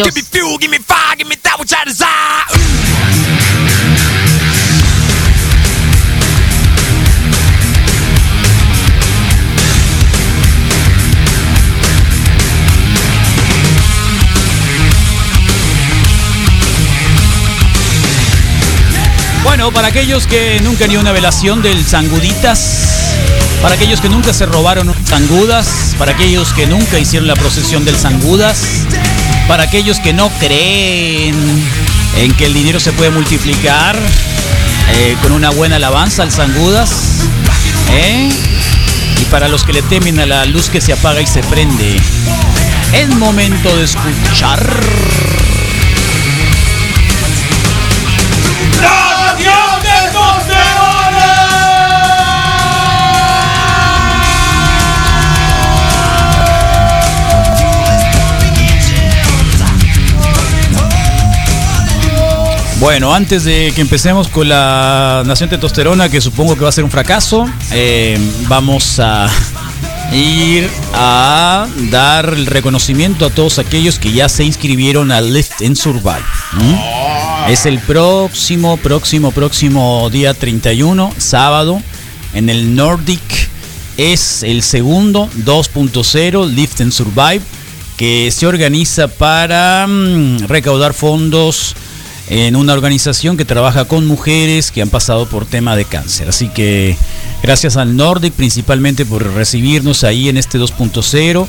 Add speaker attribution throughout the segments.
Speaker 1: Give me fuel, give me fire, give me that which I desire. Ooh.
Speaker 2: Bueno, para aquellos que nunca han ido a una velación del Sanguditas, para aquellos que nunca se robaron un Sangudas, para aquellos que nunca hicieron la procesión del Sangudas, para aquellos que no creen en que el dinero se puede multiplicar eh, con una buena alabanza al Sangudas, ¿eh? y para los que le temen a la luz que se apaga y se prende, es momento de escuchar. Bueno, antes de que empecemos con la Nación Testosterona, que supongo que va a ser un fracaso, eh, vamos a ir a dar el reconocimiento a todos aquellos que ya se inscribieron a Lift en Survival. ¿Mm? Es el próximo, próximo, próximo día 31, sábado, en el Nordic. Es el segundo 2.0 Lift and Survive que se organiza para mm, recaudar fondos en una organización que trabaja con mujeres que han pasado por tema de cáncer. Así que gracias al Nordic principalmente por recibirnos ahí en este 2.0,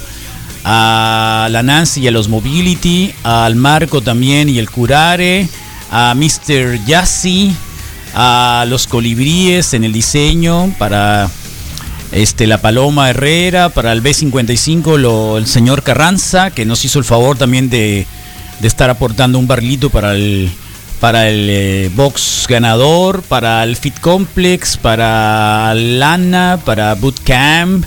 Speaker 2: a la Nancy y a los Mobility, al Marco también y el Curare, a Mr. Yassi, a los colibríes en el diseño para este, la Paloma Herrera, para el B55 lo- el señor Carranza, que nos hizo el favor también de, de estar aportando un barlito para el, para el eh, box ganador, para el Fit Complex, para Lana, para Bootcamp,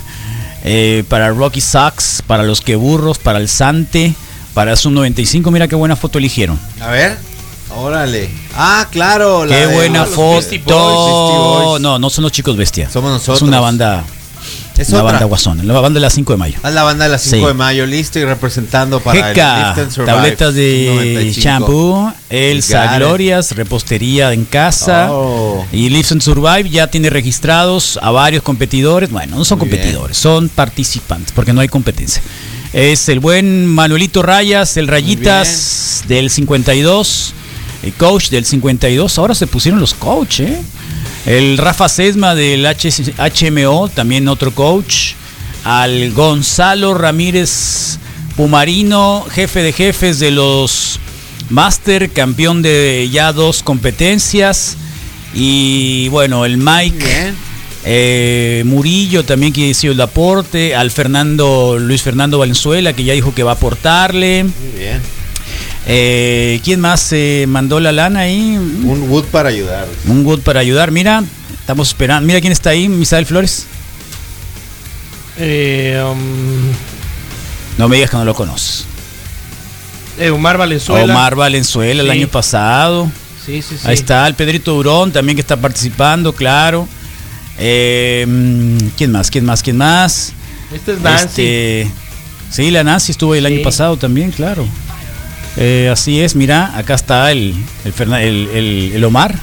Speaker 2: eh, para Rocky Sox, para los que burros, para el Sante, para Zoom 95. Mira qué buena foto eligieron.
Speaker 3: A ver. Órale. Ah, claro. la
Speaker 2: Qué
Speaker 3: de-
Speaker 2: buena
Speaker 3: los Beastie Boys, Beastie
Speaker 2: foto.
Speaker 3: Boys.
Speaker 2: No, no son los chicos bestia.
Speaker 3: Somos nosotros.
Speaker 2: Es una banda.
Speaker 3: Es
Speaker 2: una
Speaker 3: otra.
Speaker 2: banda guasona. La banda de las 5 de mayo.
Speaker 3: Ah, la banda de las 5
Speaker 2: Sí.
Speaker 3: de mayo, listo y representando para el
Speaker 2: Jeca,
Speaker 3: Lift and Survive
Speaker 2: tabletas de
Speaker 3: 95.
Speaker 2: shampoo, Elsa
Speaker 3: Got it.
Speaker 2: Glorias, repostería en casa
Speaker 3: Oh.
Speaker 2: y Live and Survive ya tiene registrados a varios competidores. Bueno, no son
Speaker 3: Muy bien.
Speaker 2: competidores, son participantes porque no hay competencia. Es el buen Manuelito Rayas, el Rayitas del 52, el coach del 52. Ahora se pusieron los coach, ¿eh? El Rafa Sesma del H- HMO, también otro coach. Al Gonzalo Ramírez Pumarino, jefe de jefes de los Master, campeón de ya dos competencias. Y bueno, el Mike
Speaker 3: Bien.
Speaker 2: eh, Murillo también que hizo el aporte. Al Fernando Luis Fernando Valenzuela, que ya dijo que va a aportarle.
Speaker 3: Muy bien.
Speaker 2: Eh, ¿Quién más se mandó la lana ahí?
Speaker 3: Un wood para ayudar.
Speaker 2: Un good para ayudar. Mira, estamos esperando. Mira quién está ahí, Misael Flores.
Speaker 4: Eh, um,
Speaker 2: No me digas que no lo conoces.
Speaker 4: eh, Omar Valenzuela.
Speaker 2: Omar Valenzuela el
Speaker 4: Sí.
Speaker 2: año pasado.
Speaker 4: Sí, sí, sí.
Speaker 2: Ahí está el Pedrito Durón también que está participando, claro. Eh, mm, ¿Quién más? ¿Quién más? ¿Quién más?
Speaker 4: Este es Nancy.
Speaker 2: Este, sí, la Nancy estuvo el
Speaker 4: Sí.
Speaker 2: año pasado también, claro. Eh, así es, mira, acá está el, el, Fernan- el- el- el Omar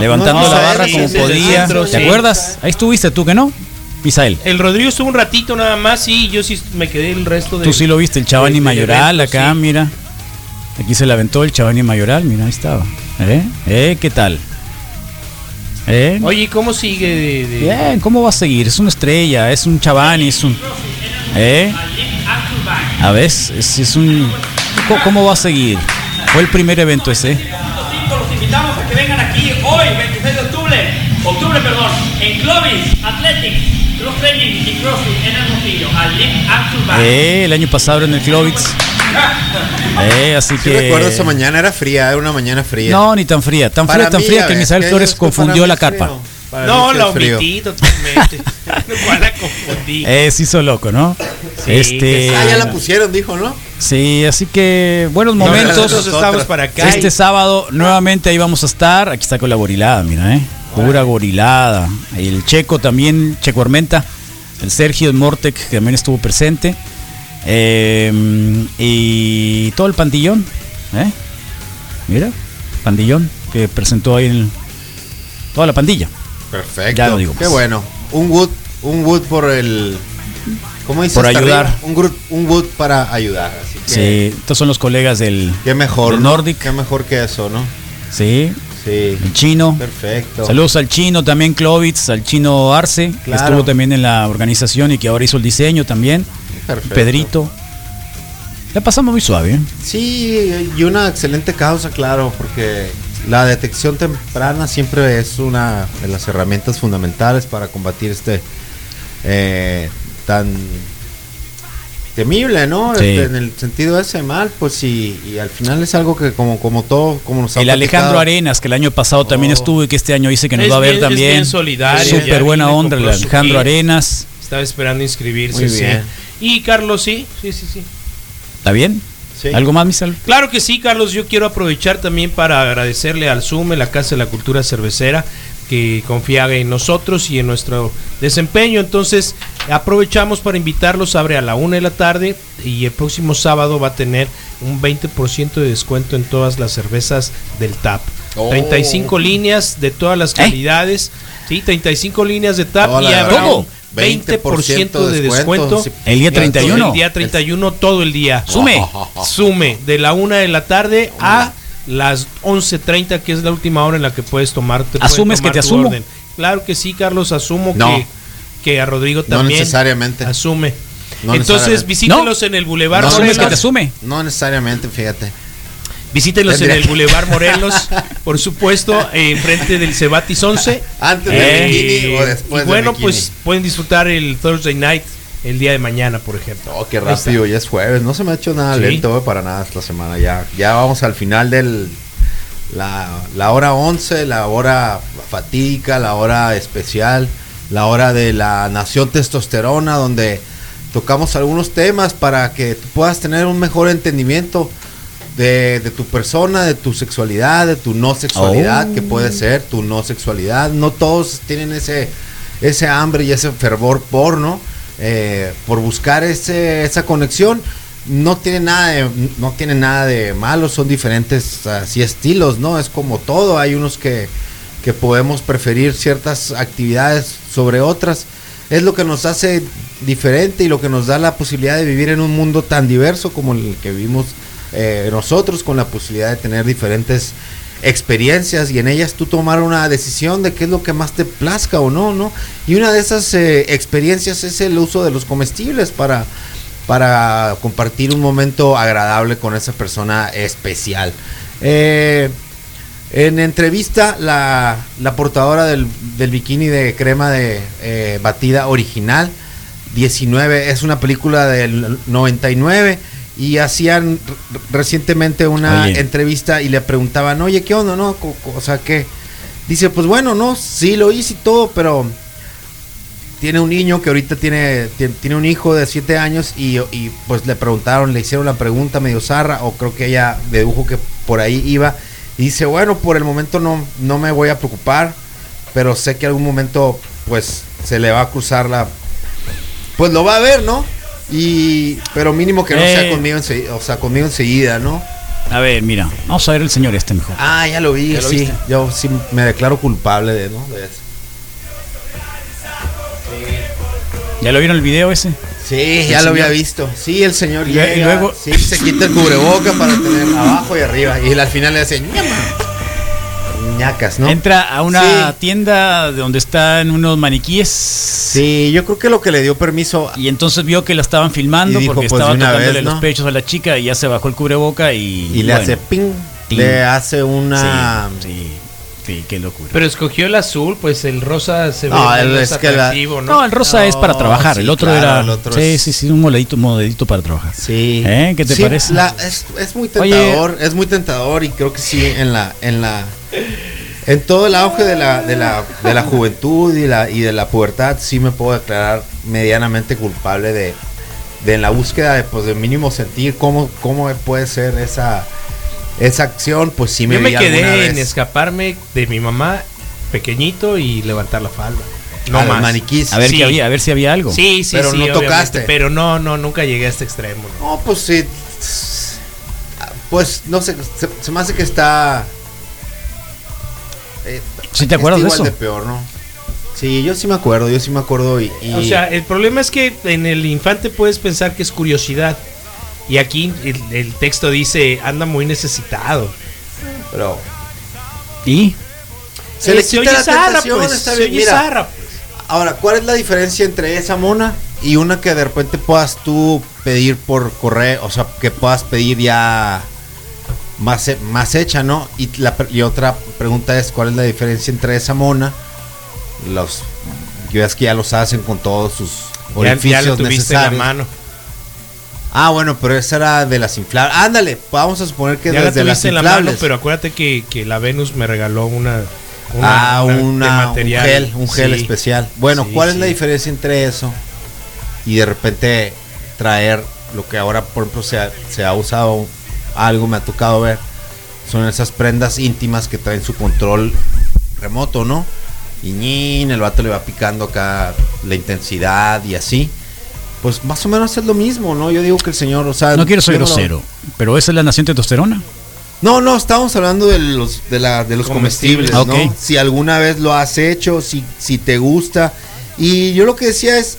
Speaker 2: levantando
Speaker 4: no,
Speaker 2: la
Speaker 4: Misael,
Speaker 2: barra
Speaker 4: sí,
Speaker 2: como
Speaker 4: desde el
Speaker 2: podía.
Speaker 4: centro,
Speaker 2: ¿Te
Speaker 4: sí.
Speaker 2: acuerdas? Ahí estuviste tú que no, Misael.
Speaker 4: El Rodrigo estuvo un ratito nada más y yo sí me quedé el resto de.
Speaker 2: Tú sí lo viste, el Chavani
Speaker 4: del
Speaker 2: Mayoral
Speaker 4: evento,
Speaker 2: acá,
Speaker 4: sí.
Speaker 2: mira. Aquí se la aventó el Chavani Mayoral, mira, ahí estaba. ¿Eh? ¿Eh? ¿Qué tal? ¿Eh?
Speaker 4: Oye, ¿cómo sigue? de- de-
Speaker 2: Bien, ¿cómo va a seguir? Es una estrella, es un Chavani, es un... ¿Eh? A ver, es, es un... ¿Cómo- ¿Cómo va a seguir? Fue el primer evento ese.
Speaker 5: Los invitamos a que vengan aquí hoy, 26 de octubre, octubre, perdón, en Clovis Athletics, Cross Training y CrossFit en Hermosillo, al Link Actual
Speaker 2: Eh, el año pasado en el Clovitz. Eh, así
Speaker 3: Sí
Speaker 2: que...
Speaker 3: recuerdo esa mañana era fría, era una mañana fría.
Speaker 2: No, ni tan fría, tan fría,
Speaker 3: Para
Speaker 2: tan
Speaker 3: mí,
Speaker 2: fría
Speaker 3: a
Speaker 2: que
Speaker 3: ver,
Speaker 2: Misael
Speaker 3: que
Speaker 2: Flores
Speaker 3: es que para
Speaker 2: confundió
Speaker 3: mí
Speaker 2: la
Speaker 3: es frío.
Speaker 2: carpa.
Speaker 3: Para mí
Speaker 4: No,
Speaker 3: sí
Speaker 4: la
Speaker 3: es frío.
Speaker 4: omití totalmente. ¿Cuál la confundí?
Speaker 2: Eh, se hizo loco, ¿no?
Speaker 4: Sí,
Speaker 2: este,
Speaker 3: Ah, ya la pusieron, dijo, ¿no?
Speaker 2: sí, así que buenos
Speaker 4: No,
Speaker 2: momentos.
Speaker 4: Nosotros estamos para acá.
Speaker 2: Este sábado nuevamente ahí vamos a estar. Aquí está con la gorilada, mira, ¿eh? Pura gorilada. El Checo también, Checo Armenta. El Sergio Mortec que también estuvo presente. Eh, y todo el pandillón. ¿eh? Mira, pandillón que presentó ahí el- toda la pandilla.
Speaker 3: Perfecto.
Speaker 2: Ya no digo pues.
Speaker 3: Qué
Speaker 2: más.
Speaker 3: bueno. Un wood, un wood por el. ¿Cómo dice?
Speaker 2: Por
Speaker 3: hasta
Speaker 2: ayudar.
Speaker 3: arriba? Un, gru- un wood para ayudar. Así que.
Speaker 2: Sí, estos son los colegas del,
Speaker 3: Qué mejor.
Speaker 2: del
Speaker 3: ¿no?
Speaker 2: Nordic.
Speaker 3: Qué mejor que eso, ¿no?
Speaker 2: Sí,
Speaker 3: Sí.
Speaker 2: el chino.
Speaker 3: Perfecto.
Speaker 2: Saludos al chino también, Clovitz, al chino Arce, que
Speaker 3: Claro.
Speaker 2: estuvo también en la organización y que ahora hizo el diseño también.
Speaker 3: Perfecto.
Speaker 2: Pedrito. La pasamos muy suave. ¿eh?
Speaker 3: Sí, y una excelente causa, claro, porque la detección temprana siempre es una de las herramientas fundamentales para combatir este eh, tan temible, ¿no?
Speaker 2: Sí.
Speaker 3: Este, en el sentido ese mal, pues y, y al final es algo que como como todo, como nos ha
Speaker 2: El Alejandro
Speaker 3: platicado-
Speaker 2: Arenas, que el año pasado también
Speaker 3: Oh.
Speaker 2: estuvo y que este año dice que nos
Speaker 4: Es
Speaker 2: va a ver
Speaker 4: bien- es
Speaker 2: también.
Speaker 4: bien solidario, ya
Speaker 2: Súper buena
Speaker 4: vino,
Speaker 2: onda, el
Speaker 4: compró su
Speaker 2: Alejandro
Speaker 4: kit.
Speaker 2: Arenas.
Speaker 4: Estaba esperando inscribirse.
Speaker 3: Muy
Speaker 4: sí.
Speaker 3: bien.
Speaker 4: Y Carlos, sí, sí, sí, sí.
Speaker 2: ¿Está bien?
Speaker 3: Sí.
Speaker 2: ¿Algo más, Misal?
Speaker 4: Claro que sí, Carlos. Yo quiero aprovechar también para agradecerle al SUME, la Casa de la Cultura Cervecera, que confía en nosotros y en nuestro desempeño. Entonces, aprovechamos para invitarlos. Abre a la una de la tarde y el próximo sábado va a tener un 20% de descuento en todas las cervezas del TAP.
Speaker 3: Oh.
Speaker 4: 35 líneas de todas las calidades. Sí, 35 líneas de TAP
Speaker 3: Hola,
Speaker 4: y habrá
Speaker 2: ¿cómo?
Speaker 4: un 20% de descuento.
Speaker 3: descuento. Sí.
Speaker 2: El día 31.
Speaker 4: El día 31 todo el día.
Speaker 2: Sume.
Speaker 4: Sume de la una de la tarde a las 11.30, que es la última hora en la que puedes tomar. te pueden
Speaker 2: ¿Asumes que
Speaker 4: tomar
Speaker 2: te
Speaker 4: tu
Speaker 2: asumo?
Speaker 4: Claro que sí, Carlos, asumo
Speaker 3: No.
Speaker 4: que, que a Rodrigo
Speaker 3: No
Speaker 4: también.
Speaker 3: necesariamente.
Speaker 4: Asume.
Speaker 3: No
Speaker 4: Entonces
Speaker 3: necesariamente.
Speaker 4: visítelos
Speaker 2: No.
Speaker 4: en el Boulevard
Speaker 3: No,
Speaker 2: ¿Asumes que te
Speaker 4: Morelos.
Speaker 2: asume?
Speaker 3: No necesariamente, fíjate.
Speaker 4: Visítelos en
Speaker 3: Tendría
Speaker 4: el
Speaker 3: que-
Speaker 4: Boulevard Morelos, por supuesto, eh, enfrente del Cebatis 11.
Speaker 3: Antes del bikini o después
Speaker 4: y
Speaker 3: del
Speaker 4: bueno,
Speaker 3: bikini.
Speaker 4: pues pueden disfrutar el Thursday Night el día de mañana, por ejemplo.
Speaker 3: Oh, qué rápido, ya es jueves. No se me ha hecho nada
Speaker 4: Sí.
Speaker 3: lento eh, para nada esta semana. Ya, ya vamos al final del la, la hora 11, la hora fatídica, la hora especial, la hora de la Nación Testosterona, donde tocamos algunos temas para que tú puedas tener un mejor entendimiento de, de tu persona, de tu sexualidad, de tu no sexualidad, que puede ser tu no sexualidad. No todos tienen ese, ese hambre y ese fervor porno eh, por buscar ese, esa conexión. No tiene nada de, no tiene nada de malo, son diferentes así estilos, ¿no? Es como todo, hay unos que, que podemos preferir ciertas actividades sobre otras. Es lo que nos hace diferente y lo que nos da la posibilidad de vivir en un mundo tan diverso como el que vivimos eh, nosotros, con la posibilidad de tener diferentes experiencias y en ellas tú tomar una decisión de qué es lo que más te plazca o no, ¿no? Y una de esas eh, experiencias es el uso de los comestibles para, para compartir un momento agradable con esa persona especial. Eh, en entrevista, la, la portadora del, del bikini de crema de eh, batida original, 19, es una película del 99 y hacían re- recientemente una
Speaker 2: Oye.
Speaker 3: entrevista y le preguntaban, oye, ¿qué onda? No, Co- co- o sea, ¿qué? Dice, pues bueno, no, sí lo hice y todo, pero tiene un niño que ahorita tiene, tie- tiene un hijo de 7 años y, y, pues le preguntaron, le hicieron la pregunta medio zarra o creo que ella dedujo que por ahí iba y dice, bueno, por el momento no, no me voy a preocupar, pero sé que algún momento pues se le va a cruzar la... Pues lo va a ver, ¿no? Y pero mínimo que no sea
Speaker 2: Eh.
Speaker 3: conmigo enseguida, o sea, conmigo enseguida, ¿no?
Speaker 2: A ver, mira, vamos a ver el señor este mejor.
Speaker 3: Ah, ya lo vi,
Speaker 2: ¿Ya lo
Speaker 3: sí.
Speaker 2: viste?
Speaker 3: Yo sí me declaro culpable de, ¿no? De eso.
Speaker 2: ¿Ya lo vieron el video ese?
Speaker 3: Sí,
Speaker 2: El
Speaker 3: ya lo había
Speaker 2: señor.
Speaker 3: visto. Sí, el señor
Speaker 2: Y le-
Speaker 3: llega,
Speaker 2: y luego-
Speaker 3: sí, se quita el cubreboca para tener abajo y arriba. Y él al final le hace ñama. ñacas, ¿no?
Speaker 2: Entra a una
Speaker 3: Sí.
Speaker 2: tienda donde están unos maniquíes.
Speaker 3: Sí, yo creo que lo que le dio permiso.
Speaker 2: Y entonces vio que la estaban filmando
Speaker 3: Y dijo,
Speaker 2: porque
Speaker 3: pues,
Speaker 2: estaba
Speaker 3: de una
Speaker 2: tocándole
Speaker 3: vez,
Speaker 2: los
Speaker 3: ¿no?
Speaker 2: pechos a la chica y ya se bajó el cubreboca y.
Speaker 3: Y le
Speaker 2: bueno,
Speaker 3: hace ping.
Speaker 2: Ting.
Speaker 3: Le hace una.
Speaker 2: Sí, sí, sí, qué locura.
Speaker 4: Pero escogió el azul, pues el rosa se
Speaker 3: No,
Speaker 4: ve
Speaker 3: el-
Speaker 4: más
Speaker 3: es que la-
Speaker 4: atractivo,
Speaker 2: no, el rosa es para
Speaker 3: No,
Speaker 2: trabajar,
Speaker 3: sí,
Speaker 2: el otro
Speaker 3: claro,
Speaker 2: era.
Speaker 3: el otro
Speaker 2: sí,
Speaker 3: es-
Speaker 2: sí, sí, un moledito, modedito para trabajar.
Speaker 3: Sí.
Speaker 2: ¿Eh? ¿Qué te
Speaker 3: Sí,
Speaker 2: parece?
Speaker 3: la- es, es muy
Speaker 2: Oye.
Speaker 3: tentador, es muy tentador y creo que sí en la en la en todo el auge de la, de la, de la juventud y la y de la pubertad sí me puedo declarar medianamente culpable de, de en la búsqueda de pues de mínimo sentir cómo cómo puede ser esa esa acción, pues sí me
Speaker 4: Yo me
Speaker 3: vi alguna
Speaker 4: quedé en
Speaker 3: vez.
Speaker 4: escaparme de mi mamá pequeñito y levantar la falda. No
Speaker 3: a los
Speaker 4: más.
Speaker 3: maniquís.
Speaker 2: A ver
Speaker 4: Sí.
Speaker 2: qué había, a ver si había algo.
Speaker 4: Sí, sí,
Speaker 3: Pero
Speaker 4: sí,
Speaker 3: no
Speaker 4: obviamente,
Speaker 3: tocaste.
Speaker 4: Pero no, no, nunca llegué a este extremo. ¿no?
Speaker 3: No, pues sí. Pues no sé, se, se me hace que está. eh,
Speaker 2: ¿Sí te acuerdas de
Speaker 3: está igual
Speaker 2: eso?
Speaker 3: de peor, ¿no? Sí, yo sí me acuerdo, yo sí me acuerdo y. y-
Speaker 4: O sea, el problema es que en el infante puedes pensar que es curiosidad. Y aquí el, el texto dice, anda muy necesitado.
Speaker 3: pero
Speaker 2: ¿Y?
Speaker 3: se
Speaker 4: Eh,
Speaker 3: le quita
Speaker 4: oye
Speaker 3: la
Speaker 4: zarra,
Speaker 3: tentación,
Speaker 4: pues,
Speaker 3: está
Speaker 4: se
Speaker 3: bien.
Speaker 4: oye
Speaker 3: Mira,
Speaker 4: zarra, pues.
Speaker 3: ahora, ¿cuál es la diferencia entre esa mona y una que de repente puedas tú pedir por correo? O sea, que puedas pedir ya más, he- más hecha, ¿no? Y, la, pre- y otra pregunta es, ¿cuál es la diferencia entre esa mona? Los, yo es que ya los hacen con todos sus
Speaker 4: Ya,
Speaker 3: orificios
Speaker 4: ya lo tuviste en la
Speaker 3: necesarios.
Speaker 4: mano.
Speaker 3: Ah, bueno, pero esa era de las inflables. Ándale, vamos a suponer que
Speaker 4: Ya la
Speaker 3: desde las
Speaker 4: tuviste en la
Speaker 3: inflables.
Speaker 4: mano, pero acuérdate que, que la Venus me regaló una...
Speaker 3: ah,
Speaker 4: una-
Speaker 3: una-
Speaker 4: de
Speaker 3: un
Speaker 4: material.
Speaker 3: gel, un gel
Speaker 4: Sí.
Speaker 3: especial. Bueno,
Speaker 4: Sí,
Speaker 3: ¿cuál es
Speaker 4: sí.
Speaker 3: la diferencia entre eso y de repente traer lo que ahora, por ejemplo, se ha, se ha usado, algo me ha tocado ver, son esas prendas íntimas que traen su control remoto, ¿no? Y ñin, el vato le va picando acá la intensidad y así. Pues más o menos es lo mismo, ¿no? Yo digo que el señor, o sea...
Speaker 2: No quiero ser
Speaker 3: yo lo-
Speaker 2: grosero, pero esa es la naciente testosterona.
Speaker 3: No, no, estábamos hablando de los, de la, de los comestibles,
Speaker 2: Comestibles. Ah, ok.
Speaker 3: ¿no? Si alguna vez lo has hecho, si, si te gusta. Y yo lo que decía es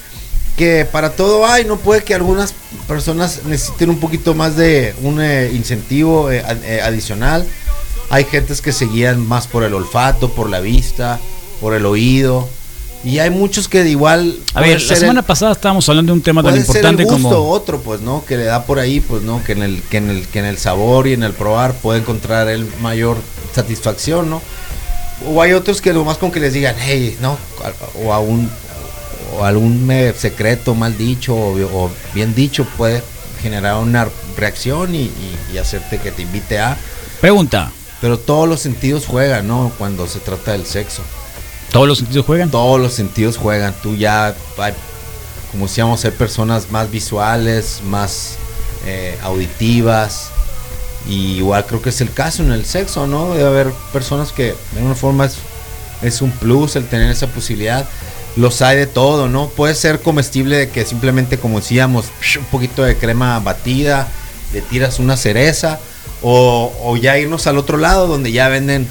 Speaker 3: que para todo hay, no puede que algunas personas necesiten un poquito más de un eh, incentivo eh, ad- eh, adicional. Hay gentes que se guían más por el olfato, por la vista, por el oído. Y hay muchos que de igual...
Speaker 2: A
Speaker 3: puede
Speaker 2: ver, la
Speaker 3: ser el-
Speaker 2: semana pasada estábamos hablando de un tema tan
Speaker 3: puede
Speaker 2: importante
Speaker 3: ser el gusto
Speaker 2: como
Speaker 3: otro pues no que le da por ahí pues no que en el que en el que en el sabor y en el probar puede encontrar el mayor satisfacción no o hay otros que nomás con que les digan hey no o a un o algún eh, secreto mal dicho o, o bien dicho puede generar una reacción y, y- y hacerte que te invite a
Speaker 2: pregunta.
Speaker 3: pero todos los sentidos juegan no cuando se trata del sexo
Speaker 2: Todos los sentidos juegan.
Speaker 3: todos los sentidos juegan. Tú ya, hay- como decíamos, hay personas más visuales, más eh, auditivas. Y igual creo que es el caso en el sexo, ¿no? Debe haber personas que de alguna forma es, es un plus el tener esa posibilidad. Los hay de todo, ¿no? Puede ser comestible de que simplemente, como decíamos, un poquito de crema batida, le tiras una cereza. O, o ya irnos al otro lado donde ya venden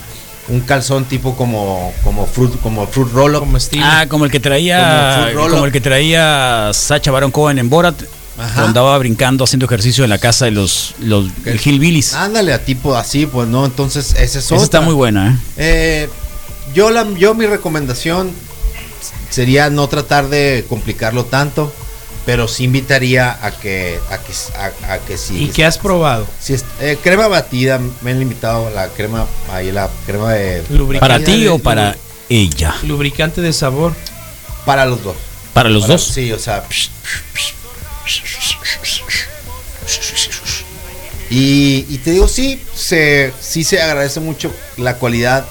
Speaker 3: un calzón tipo como, como fruit, como fruit roll
Speaker 4: Como estilo.
Speaker 2: Ah, como el que
Speaker 3: Como
Speaker 2: traía
Speaker 3: el food
Speaker 2: como,
Speaker 3: roll-up.
Speaker 2: el que traía Sacha Baron Cohen en Borat,
Speaker 3: Ajá.
Speaker 2: cuando andaba brincando haciendo ejercicio en la casa de los los
Speaker 3: ¿Qué?
Speaker 2: hillbillies.
Speaker 3: Ándale, a tipo así, pues no, entonces ese es
Speaker 2: Esa está
Speaker 3: Ah, otra.
Speaker 2: muy buena, ¿eh?
Speaker 3: Eh, yo, la, yo mi recomendación sería no tratar de complicarlo tanto, pero sí invitaría a que, a que, a, a que si,
Speaker 4: ¿Y qué has probado?
Speaker 3: si es- eh, crema batida, me han limitado la crema, ahí la crema de...
Speaker 4: Lubricante.
Speaker 2: ¿Para
Speaker 3: batida
Speaker 2: ti
Speaker 3: de-
Speaker 2: o para ella?
Speaker 4: Lubricante de sabor.
Speaker 3: Para los dos.
Speaker 2: Para los
Speaker 3: Para-
Speaker 2: dos.
Speaker 3: Sí, o sea. Y, y te digo, sí, se, sí se agradece mucho la cualidad,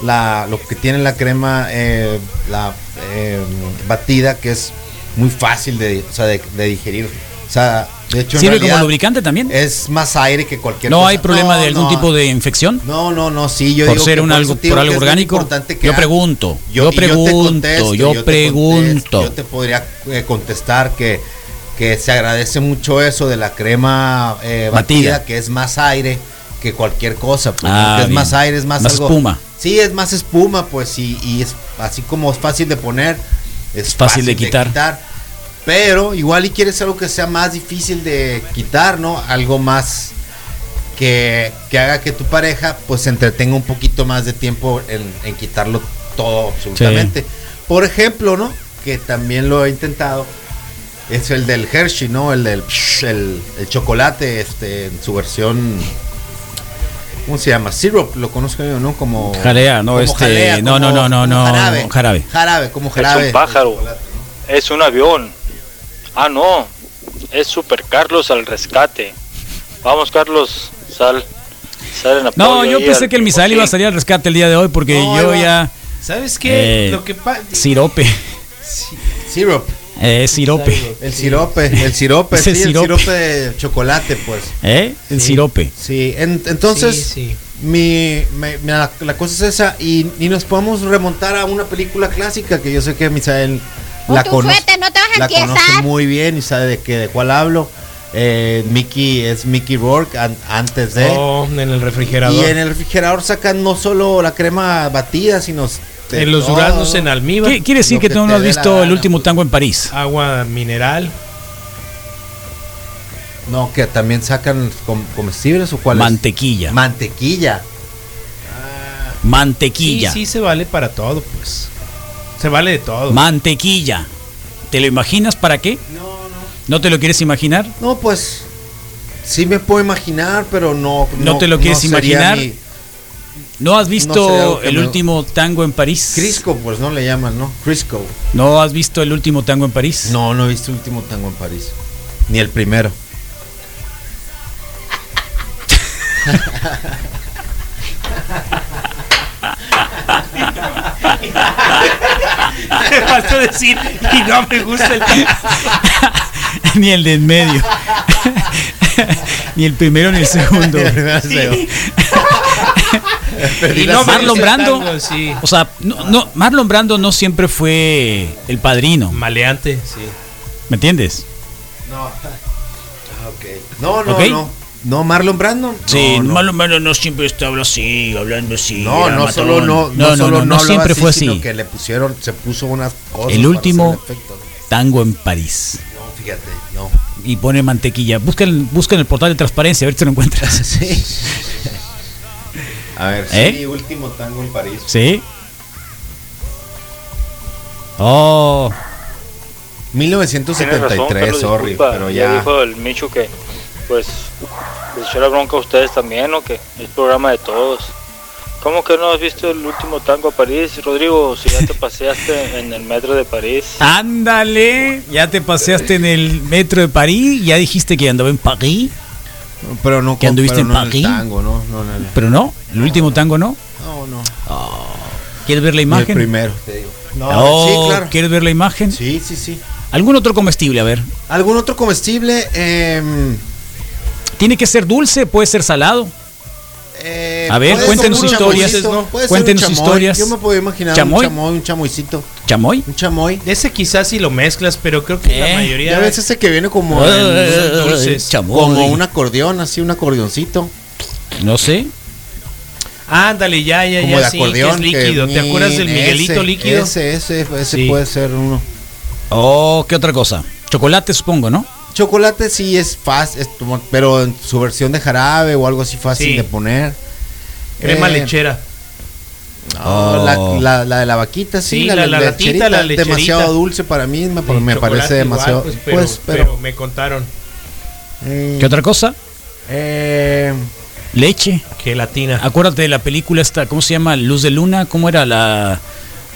Speaker 3: la, lo que tiene la crema, eh, la eh, batida, que es muy fácil de, o sea, de, de digerir. O sea, de hecho, en
Speaker 2: ¿Sirve
Speaker 3: realidad
Speaker 2: como lubricante también?
Speaker 3: Es más aire que cualquier
Speaker 2: ¿No
Speaker 3: cosa.
Speaker 2: hay problema
Speaker 3: No,
Speaker 2: de algún
Speaker 3: no.
Speaker 2: tipo de infección?
Speaker 3: No, no, no, sí, yo
Speaker 2: por
Speaker 3: digo
Speaker 2: ser
Speaker 3: que
Speaker 2: un
Speaker 3: por eso
Speaker 2: algo,
Speaker 3: te digo
Speaker 2: por algo
Speaker 3: que es bien
Speaker 2: orgánico.
Speaker 3: importante que
Speaker 2: Yo
Speaker 3: ha-
Speaker 2: pregunto, yo,
Speaker 3: y te
Speaker 2: pregunto,
Speaker 3: contesto,
Speaker 2: yo,
Speaker 3: te
Speaker 2: pregunto.
Speaker 3: contesto, yo te podría eh, contestar que, que se agradece mucho eso de la crema eh,
Speaker 2: Batida.
Speaker 3: batida, que es más aire que cualquier cosa. Pues,
Speaker 2: Ah,
Speaker 3: ¿no? Que es
Speaker 2: bien.
Speaker 3: más aire, es más,
Speaker 2: Más
Speaker 3: algo-
Speaker 2: espuma.
Speaker 3: Sí, es más espuma, pues, y, y es así como es fácil de poner, es
Speaker 2: Es fácil de quitar.
Speaker 3: Pero igual y quieres algo que sea más difícil de quitar, ¿no? Algo más que, que haga que tu pareja pues se entretenga un poquito más de tiempo en, en quitarlo todo absolutamente. Por ejemplo, ¿no? Que también lo he intentado. Es el del Hershey, ¿no? El del el, el chocolate, este, en su versión. ¿Cómo se llama? Syrup, lo conozco yo, ¿no? Como.
Speaker 2: Jalea, no,
Speaker 3: como
Speaker 2: este, no, no, no, no, no,
Speaker 3: Jarabe.
Speaker 2: jarabe.
Speaker 3: Jarabe, como jarabe.
Speaker 6: un pájaro.
Speaker 3: de chocolate, ¿no?
Speaker 6: Es un avión. Ah, no. Es Super Carlos al rescate. Vamos, Carlos. Sal. Sal en
Speaker 2: No,
Speaker 6: apoyo
Speaker 2: yo
Speaker 6: ahí
Speaker 2: pensé
Speaker 6: al-
Speaker 2: que el misal iba a salir al rescate el día de hoy porque
Speaker 3: No,
Speaker 2: yo
Speaker 3: ahí va.
Speaker 2: ya
Speaker 4: ¿Sabes qué?
Speaker 2: Eh,
Speaker 4: Lo que pa-
Speaker 2: sirope.
Speaker 3: Syrup.
Speaker 2: Eh, sirope.
Speaker 3: El sirope, el sirope,
Speaker 2: Ese
Speaker 3: sí, el
Speaker 2: sirope.
Speaker 3: sirope de chocolate, pues.
Speaker 2: ¿Eh? El sirope.
Speaker 3: Sí, en- entonces
Speaker 4: Sí, sí.
Speaker 3: mi- me- me- la, la cosa es esa y, y nos podemos remontar a una película clásica que yo sé que Misael
Speaker 7: Con
Speaker 3: la
Speaker 7: tu
Speaker 3: conoce,
Speaker 7: suéter no te vas a
Speaker 3: la
Speaker 7: empiezar.
Speaker 3: conoce muy bien y sabe de qué de cuál hablo. Eh, Mickey es Mickey Rourke an- antes de
Speaker 4: Oh, en el refrigerador.
Speaker 3: y en el refrigerador sacan no solo la crema batida sino de
Speaker 4: En los
Speaker 3: todo,
Speaker 4: duraznos en almíbar,
Speaker 2: ¿Qué- quiere decir
Speaker 3: Lo
Speaker 2: que,
Speaker 3: que
Speaker 2: tú
Speaker 3: te
Speaker 2: no has
Speaker 3: dé la
Speaker 2: visto el
Speaker 3: gana,
Speaker 2: último
Speaker 3: pues.
Speaker 2: tango en París?
Speaker 4: agua mineral,
Speaker 3: no que también sacan com- comestibles o cuál es?
Speaker 2: Mantequilla.
Speaker 3: mantequilla
Speaker 2: Mantequilla.
Speaker 4: Sí, sí se vale para todo, pues. Se vale de todo.
Speaker 2: Mantequilla. ¿Te lo imaginas para qué? No, no. ¿No te lo quieres imaginar?
Speaker 3: No, pues sí me puedo imaginar, pero no.
Speaker 2: ¿No te lo quieres
Speaker 3: sería
Speaker 2: imaginar?
Speaker 3: mi-
Speaker 2: ¿No has
Speaker 3: sé,
Speaker 2: visto
Speaker 3: algo que
Speaker 2: el
Speaker 3: me-
Speaker 2: último tango en París?
Speaker 3: Crisco, pues no le llaman, ¿no? Crisco.
Speaker 2: ¿No has visto el último tango en París?
Speaker 3: No, no he visto el último tango en París. Ni el primero.
Speaker 4: Te faltó decir, y no me gusta el.
Speaker 2: ni el de en medio. ni el primero ni el segundo.
Speaker 3: Ni el primero, ni el segundo. Perdí
Speaker 4: Y
Speaker 3: la
Speaker 4: no,
Speaker 3: serie.
Speaker 2: Marlon
Speaker 4: ese
Speaker 2: Brando.
Speaker 4: tango, sí.
Speaker 2: O sea, no, no, Marlon Brando no siempre fue el padrino.
Speaker 4: Maleante, sí.
Speaker 2: ¿Me entiendes?
Speaker 3: No. Ah, ok. No, no,
Speaker 2: Ok.
Speaker 3: no. No, Marlon Brandon.
Speaker 2: Sí,
Speaker 3: no, no.
Speaker 2: Marlon Brando no siempre está hablando así, hablando así.
Speaker 3: No,
Speaker 2: era
Speaker 3: no
Speaker 2: matón.
Speaker 3: solo no, no, solo no, hablaba
Speaker 2: siempre fue
Speaker 3: sino
Speaker 2: así.
Speaker 3: que le pusieron, se puso unas cosas.
Speaker 2: El
Speaker 3: para
Speaker 2: último-
Speaker 3: hacer el efecto,
Speaker 2: Tango en París.
Speaker 3: No, No, fíjate, no.
Speaker 2: Y pone mantequilla. Busca en, busca en el portal de transparencia, a ver si lo encuentras.
Speaker 3: Sí. A ver,
Speaker 2: ¿Eh?
Speaker 3: sí, último tango en París.
Speaker 2: ¿Sí? Oh,
Speaker 3: 1973,
Speaker 6: Carlos,
Speaker 3: sorry,
Speaker 6: disculpa.
Speaker 3: pero
Speaker 6: Ya
Speaker 3: ya.
Speaker 6: dijo el Michu que, pues, les echó la bronca a ustedes también, o que es programa de todos. ¿Cómo que no has visto el último tango a París, Rodrigo? Si ya te paseaste en el metro de París.
Speaker 2: ándale. Ya te paseaste en el metro de París, ya dijiste que andaba en París,
Speaker 3: Pero no
Speaker 2: ¿Que
Speaker 3: con-
Speaker 2: anduviste
Speaker 3: pero
Speaker 2: en
Speaker 3: no el
Speaker 2: París?
Speaker 3: tango, no, no, no, no.
Speaker 2: pero no, el último tango no.
Speaker 3: No, no.
Speaker 2: ¿Quieres ver la
Speaker 3: Ni El
Speaker 2: imagen?
Speaker 3: primero, te digo. No,
Speaker 2: Oh,
Speaker 3: sí, claro.
Speaker 2: ¿Quieres ver la imagen?
Speaker 3: Sí, sí, sí.
Speaker 2: ¿Algún otro comestible? A ver.
Speaker 3: ¿Algún otro comestible? Em,
Speaker 2: ¿Tiene que ser dulce? ¿Puede ser salado?
Speaker 3: eh,
Speaker 2: A ver,
Speaker 3: puede ser
Speaker 2: cuéntenos
Speaker 3: un
Speaker 2: historias,
Speaker 3: chamoycito,
Speaker 2: ¿no?
Speaker 3: puede ser
Speaker 2: Cuéntenos
Speaker 3: un chamoy.
Speaker 2: historias.
Speaker 3: Yo me puedo imaginar
Speaker 2: ¿Chamoy?
Speaker 3: un chamoy, un chamoycito,
Speaker 2: ¿Chamoy?
Speaker 3: un chamoy.
Speaker 4: Ese quizás sí lo mezclas, pero creo que
Speaker 2: Eh,
Speaker 4: la
Speaker 3: Ya
Speaker 4: mayoría.
Speaker 3: ves ese que viene como, en-
Speaker 4: eh, dulces.
Speaker 2: chamoy.
Speaker 3: como un acordeón, así un acordeoncito.
Speaker 2: No sé.
Speaker 4: Ándale, ya, ya,
Speaker 3: como
Speaker 4: ya.
Speaker 3: de
Speaker 4: sí, que
Speaker 3: acordeón.
Speaker 4: es líquido.
Speaker 3: que-
Speaker 4: ¿Te acuerdas del
Speaker 3: ese,
Speaker 4: Miguelito líquido?
Speaker 3: Ese, ese, ese
Speaker 4: Sí.
Speaker 3: puede ser uno.
Speaker 2: Oh, ¿qué otra cosa? Chocolate, supongo, ¿no?
Speaker 3: Chocolate sí es fácil, es como- pero en su versión de jarabe o algo así fácil
Speaker 4: Sí.
Speaker 3: de poner.
Speaker 4: Crema
Speaker 3: Eh,
Speaker 4: lechera.
Speaker 3: no,
Speaker 2: Oh.
Speaker 3: la, la- la de la vaquita, sí,
Speaker 4: Sí,
Speaker 3: la,
Speaker 4: la-
Speaker 3: la,
Speaker 4: la ratita,
Speaker 3: lecherita,
Speaker 4: la lecherita.
Speaker 3: Demasiado dulce para mí, me,
Speaker 4: Y
Speaker 3: Pues me
Speaker 4: chocolate
Speaker 3: parece
Speaker 4: igual,
Speaker 3: demasiado.
Speaker 4: pues,
Speaker 3: Pues,
Speaker 4: pero,
Speaker 3: pero.
Speaker 4: pero me contaron.
Speaker 3: mm,
Speaker 2: ¿Qué otra cosa?
Speaker 3: eh,
Speaker 2: Leche.
Speaker 4: Gelatina.
Speaker 2: Acuérdate de la película esta, ¿cómo se llama? Luz de Luna, ¿cómo era la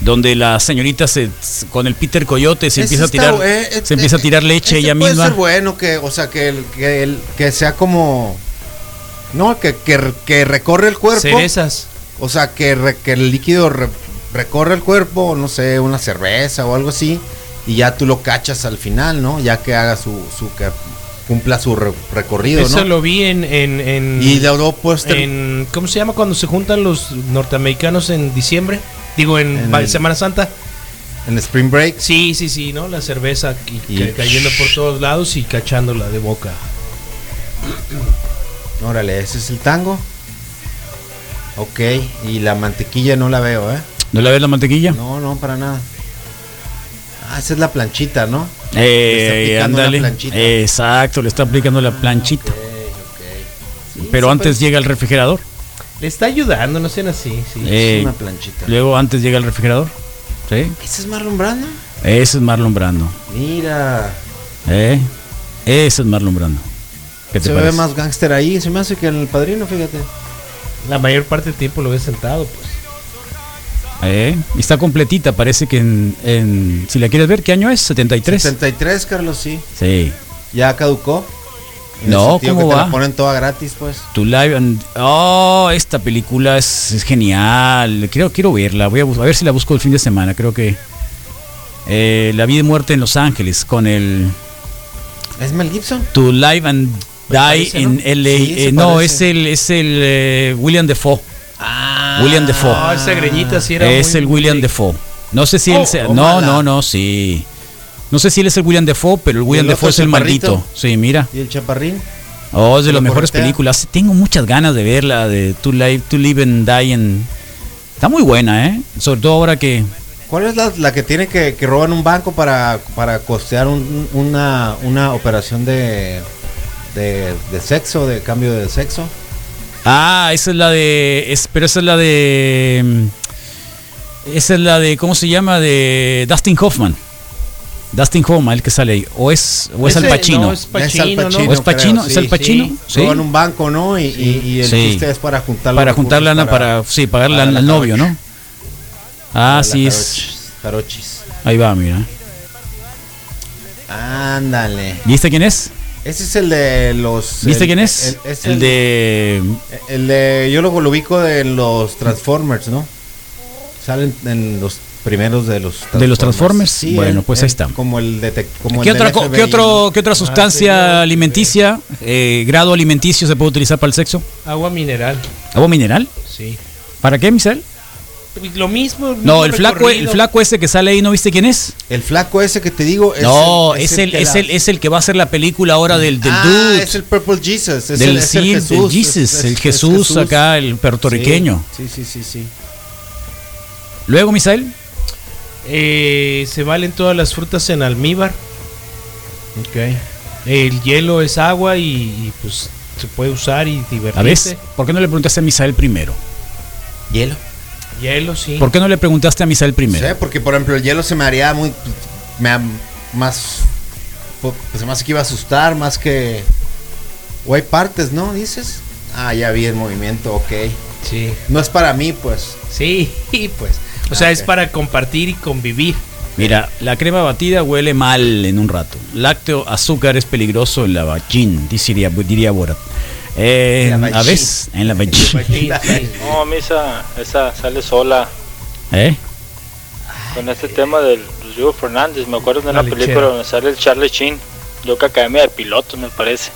Speaker 2: donde la señorita se con el Peter Coyote se
Speaker 3: ese
Speaker 2: empieza a
Speaker 3: está
Speaker 2: tirar
Speaker 3: bu- eh,
Speaker 2: se
Speaker 3: este-
Speaker 2: empieza a tirar leche
Speaker 3: este
Speaker 2: ella
Speaker 3: puede
Speaker 2: misma.
Speaker 3: ser bueno que, o sea, que, el- que, el- que sea como. No, que, que, que recorre el cuerpo.
Speaker 4: Cerezas.
Speaker 3: O sea, que, re- que el líquido re- recorre el cuerpo, no sé, una cerveza o algo así, y ya tú lo cachas al final, ¿no? Ya que haga su, su que cumpla su re- recorrido,
Speaker 4: Eso
Speaker 3: ¿no?
Speaker 4: lo vi en. en, en-
Speaker 3: Y de luego puedes ter-
Speaker 4: en- ¿Cómo se llama cuando se juntan los norteamericanos en diciembre? Digo, en,
Speaker 3: En
Speaker 4: va-
Speaker 3: el-
Speaker 4: Semana Santa.
Speaker 3: en Spring Break.
Speaker 4: Sí, sí, sí, ¿no? La cerveza aquí
Speaker 3: Y-
Speaker 4: ca- cayendo por todos lados y cachándola de boca.
Speaker 3: Órale, ese es el tango. Ok, y la mantequilla no la veo, ¿eh?
Speaker 2: ¿No la ves la mantequilla?
Speaker 3: No, no, para nada. Ah, esa es la planchita, ¿no? Le
Speaker 2: Eh,
Speaker 3: está aplicando
Speaker 2: ándale.
Speaker 3: la planchita.
Speaker 2: Exacto, le está aplicando la planchita. Pero
Speaker 3: pues.
Speaker 2: antes llega el refrigerador.
Speaker 4: Le está ayudando, no sean así. sí.
Speaker 2: Eh,
Speaker 3: es una planchita.
Speaker 2: luego antes llega el refrigerador. ¿Sí?
Speaker 3: ¿Ese es Marlon Brando?
Speaker 2: Ese es Marlon Brando.
Speaker 3: Mira,
Speaker 2: ¿Eh? Ese es Marlon Brando. ¿Qué te
Speaker 3: se ve
Speaker 2: parece?
Speaker 3: más gángster ahí, se me hace que en el padrino, fíjate.
Speaker 4: La mayor parte del tiempo lo ves sentado, pues.
Speaker 2: Eh, y está completita, parece que en, en- Si la quieres ver, ¿qué año es? ¿73?
Speaker 3: 73, Carlos, sí.
Speaker 2: Sí.
Speaker 3: ¿Ya caducó? En
Speaker 2: No,
Speaker 3: el sentido
Speaker 2: ¿cómo
Speaker 3: que
Speaker 2: va?
Speaker 3: Te la ponen toda gratis, pues.
Speaker 2: To Live and- Oh, esta película es, es genial. Quiero, quiero verla. Voy a, bus- a ver si la busco el fin de semana. Creo que. eh, La vida y muerte en Los Ángeles con el
Speaker 3: ¿Es Mel Gibson?
Speaker 2: To Live and Die
Speaker 4: parece,
Speaker 2: en
Speaker 4: ¿no?
Speaker 2: LA.
Speaker 3: Sí, se
Speaker 2: Eh, no,
Speaker 3: parece.
Speaker 2: es el, es el eh, William Defoe. William Defoe.
Speaker 4: Ah, esa greñita sí era
Speaker 2: es
Speaker 4: muy-
Speaker 2: el William
Speaker 4: sí.
Speaker 2: Defoe. No sé si él
Speaker 3: Oh,
Speaker 2: sea- No,
Speaker 3: ojalá.
Speaker 2: no, no, sí. No sé si él es el William Defoe, pero el William
Speaker 3: el otro
Speaker 2: Defoe
Speaker 3: es
Speaker 2: es el
Speaker 3: el
Speaker 2: maldito.
Speaker 3: perrito?
Speaker 2: Sí, mira.
Speaker 3: ¿Y el chaparrín?
Speaker 2: Oh, es de
Speaker 3: ¿Lo
Speaker 2: las mejores
Speaker 3: corretea?
Speaker 2: películas. Tengo muchas ganas de verla de To Live, To Live and Die. en- Está muy buena, ¿eh? Sobre todo ahora que
Speaker 3: ¿Cuál es la, la que tiene que, que roban un banco para, para costear un- una, una operación de, de, de sexo, de cambio de sexo?
Speaker 2: Ah, esa es la de. es- pero esa es la de. mm, Esa es la de. ¿Cómo se llama? De Dustin Hoffman. Dustin Hoffman, el que sale ahí. O es, o es
Speaker 4: Ese-
Speaker 2: Al Pacino.
Speaker 4: no, es Pacino,
Speaker 3: Es Al
Speaker 4: ¿no?
Speaker 3: Pacino.
Speaker 2: o es Pacino.
Speaker 3: creo,
Speaker 2: es
Speaker 3: sí,
Speaker 2: Al Pacino.
Speaker 4: sí.
Speaker 2: Sí.
Speaker 3: Roban un banco, ¿no? Y, y- y el
Speaker 2: Sí.
Speaker 3: chiste es para juntar los
Speaker 2: Para juntar
Speaker 3: recursos
Speaker 2: lana para. Sí, pagarle
Speaker 3: pues, para
Speaker 2: al
Speaker 3: la
Speaker 2: al novio,
Speaker 3: jarocha.
Speaker 2: ¿no? Ah,
Speaker 3: para
Speaker 2: sí
Speaker 3: las
Speaker 2: es.
Speaker 3: jarochis- jarochis.
Speaker 2: Ahí va, mira.
Speaker 3: Ándale.
Speaker 2: ¿Viste este quién es?
Speaker 3: Ese es el de los.
Speaker 2: ¿Viste
Speaker 3: el-
Speaker 2: quién es?
Speaker 3: El, es
Speaker 2: el,
Speaker 3: el-
Speaker 2: de.
Speaker 3: El de. Yo lo, lo ubico de los Transformers, ¿no? Salen en los primeros de los
Speaker 2: ¿De los Transformers?
Speaker 3: Sí,
Speaker 2: Bueno,
Speaker 3: él-
Speaker 2: pues
Speaker 3: él
Speaker 2: ahí está.
Speaker 3: Como el detec- como
Speaker 2: ¿Qué
Speaker 3: el del
Speaker 2: otra, co-
Speaker 3: FBI,
Speaker 2: ¿qué, otro,
Speaker 3: ¿no? Ah,
Speaker 2: ¿Qué otra sustancia
Speaker 4: sí,
Speaker 2: alimenticia, eh, grado alimenticio se puede utilizar para el sexo?
Speaker 4: Agua mineral,
Speaker 2: ¿Agua mineral?
Speaker 4: sí.
Speaker 2: ¿Para qué, Michelle?
Speaker 4: Lo mismo. mismo
Speaker 2: No, el flaco, e-, el
Speaker 4: recorrido.
Speaker 2: flaco ese que sale ahí, ¿no viste quién es?
Speaker 3: El flaco ese que te digo.
Speaker 2: no, es el,
Speaker 3: que
Speaker 2: es,
Speaker 3: la-
Speaker 2: el, es el que va a hacer la película ahora del, del
Speaker 3: Ah,
Speaker 2: dude.
Speaker 3: Es el Purple Jesus. Es
Speaker 2: del
Speaker 3: el, es el
Speaker 2: sí, del
Speaker 3: Jesús.
Speaker 2: Jesus,
Speaker 3: es- es-
Speaker 2: el
Speaker 3: es
Speaker 2: Jesús acá, el puertorriqueño.
Speaker 3: Sí, sí, sí, sí. sí.
Speaker 2: Luego, Misael,
Speaker 4: Eh, se valen todas las frutas en almíbar. El hielo es agua y, y, pues se puede usar y
Speaker 2: a ver,
Speaker 4: divertirse.
Speaker 2: ¿por qué no le preguntaste a Misael primero?
Speaker 3: Hielo.
Speaker 4: Hielo, sí.
Speaker 2: ¿Por qué no le preguntaste a Misael primero?
Speaker 3: Sí, porque por ejemplo el hielo se me haría muy. Me da más. po- Pues más que iba a asustar, más que. O hay partes, ¿no? Dices. Ah, ya vi el movimiento, ok.
Speaker 4: Sí,
Speaker 3: No es para mí, pues.
Speaker 4: sí, y, pues. O
Speaker 3: Ah,
Speaker 4: sea, es
Speaker 3: ok.
Speaker 4: para compartir y convivir.
Speaker 2: Mira, la crema batida huele mal en un rato. Lácteo, azúcar es peligroso en la vagina, diría, diría Borat. Eh,
Speaker 3: La
Speaker 2: a
Speaker 3: vagina.
Speaker 2: ver, en la vagina.
Speaker 4: Sí, sí.
Speaker 6: No, misa, esa sale sola.
Speaker 2: ¿Eh?
Speaker 6: Con este tema del Rodrigo Fernández, me acuerdo de
Speaker 4: La
Speaker 6: una
Speaker 4: lechera.
Speaker 6: película donde sale el Charlie Chin, yo que academia de pilotos me parece.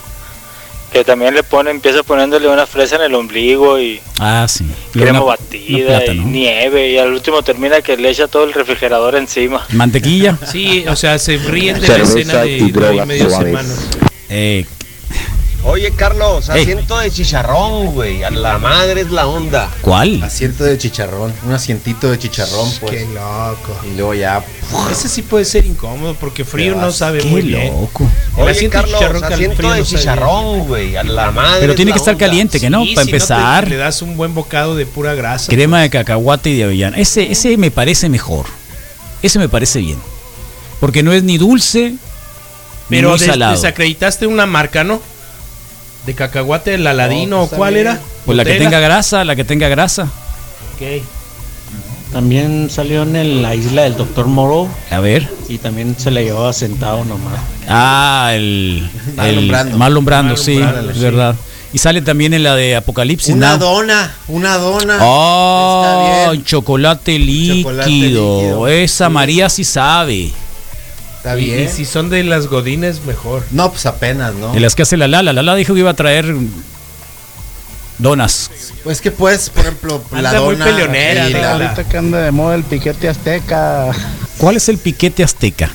Speaker 6: Que también le pone, empieza poniéndole una fresa en el ombligo y
Speaker 2: Ah, sí.
Speaker 6: crema
Speaker 2: Una- una
Speaker 6: batida
Speaker 2: plata,
Speaker 6: y
Speaker 2: ¿no?
Speaker 6: nieve y al último termina que le echa todo el refrigerador encima.
Speaker 2: Mantequilla.
Speaker 4: Sí, o sea, se ríen de la
Speaker 7: Cerveza
Speaker 4: escena de
Speaker 7: y
Speaker 4: Dos
Speaker 7: drogas
Speaker 4: medios
Speaker 7: suaves.
Speaker 4: hermanos.
Speaker 2: Eh,
Speaker 8: Oye, Carlos,
Speaker 2: Ey.
Speaker 8: asiento de chicharrón, güey. A la madre es la onda.
Speaker 2: ¿Cuál?
Speaker 3: Asiento de chicharrón. Un asientito de chicharrón, pues.
Speaker 4: Qué loco.
Speaker 3: Y luego ya.
Speaker 4: Ese sí puede ser incómodo porque frío
Speaker 3: Te
Speaker 4: no
Speaker 3: vas.
Speaker 4: sabe
Speaker 2: Qué
Speaker 4: muy bien.
Speaker 2: loco.
Speaker 4: El
Speaker 8: Oye,
Speaker 4: asiento de
Speaker 8: Carlos,
Speaker 4: chicharrón cal- frío
Speaker 8: asiento
Speaker 4: no
Speaker 8: de
Speaker 4: sabe
Speaker 8: chicharrón, güey. A la madre
Speaker 2: Pero
Speaker 8: es
Speaker 2: tiene
Speaker 8: la
Speaker 2: que estar
Speaker 8: onda.
Speaker 2: caliente, que no,
Speaker 4: Sí,
Speaker 2: para
Speaker 4: si no te-
Speaker 2: empezar.
Speaker 4: le das un buen bocado de pura grasa.
Speaker 2: Crema de cacahuate y de avellana. Ese, ese me parece mejor. Ese me parece bien. Porque no es ni dulce,
Speaker 4: Pero
Speaker 2: ni muy
Speaker 4: des-
Speaker 2: salado.
Speaker 4: desacreditaste una marca, ¿no? De cacahuate, el aladino,
Speaker 3: No,
Speaker 4: ¿o
Speaker 3: está
Speaker 4: ¿cuál
Speaker 3: bien.
Speaker 4: era?
Speaker 2: Pues la que
Speaker 4: Nutella.
Speaker 2: tenga grasa, la que tenga grasa.
Speaker 4: Ok.
Speaker 9: También salió en el- la isla del Doctor Moro
Speaker 2: A ver.
Speaker 9: y también se le llevaba sentado nomás.
Speaker 2: Ah, el.
Speaker 3: Marlon
Speaker 2: el-
Speaker 3: Brando.
Speaker 2: Marlon Brando,
Speaker 4: Marlon
Speaker 2: sí,
Speaker 4: Brando,
Speaker 2: es
Speaker 4: sí.
Speaker 2: verdad. Y sale también en la de Apocalipsis.
Speaker 3: Una
Speaker 2: Now.
Speaker 3: dona. Una dona.
Speaker 2: Oh,
Speaker 3: Está bien.
Speaker 2: chocolate líquido.
Speaker 3: Chocolate líquido.
Speaker 2: Esa María sí sabe.
Speaker 3: Está
Speaker 4: Y, y
Speaker 3: bien.
Speaker 4: si son de las godines, mejor.
Speaker 3: No, pues apenas, ¿no?
Speaker 2: De las que hace la Lala. La Lala dijo que iba a traer donas.
Speaker 3: Pues que pues, por ejemplo, la
Speaker 4: Anda muy
Speaker 3: dona.
Speaker 4: peleonera,
Speaker 3: y
Speaker 4: ¿no?
Speaker 3: la-
Speaker 4: Ahorita
Speaker 8: que anda de moda el piquete azteca.
Speaker 2: ¿Cuál es el piquete azteca?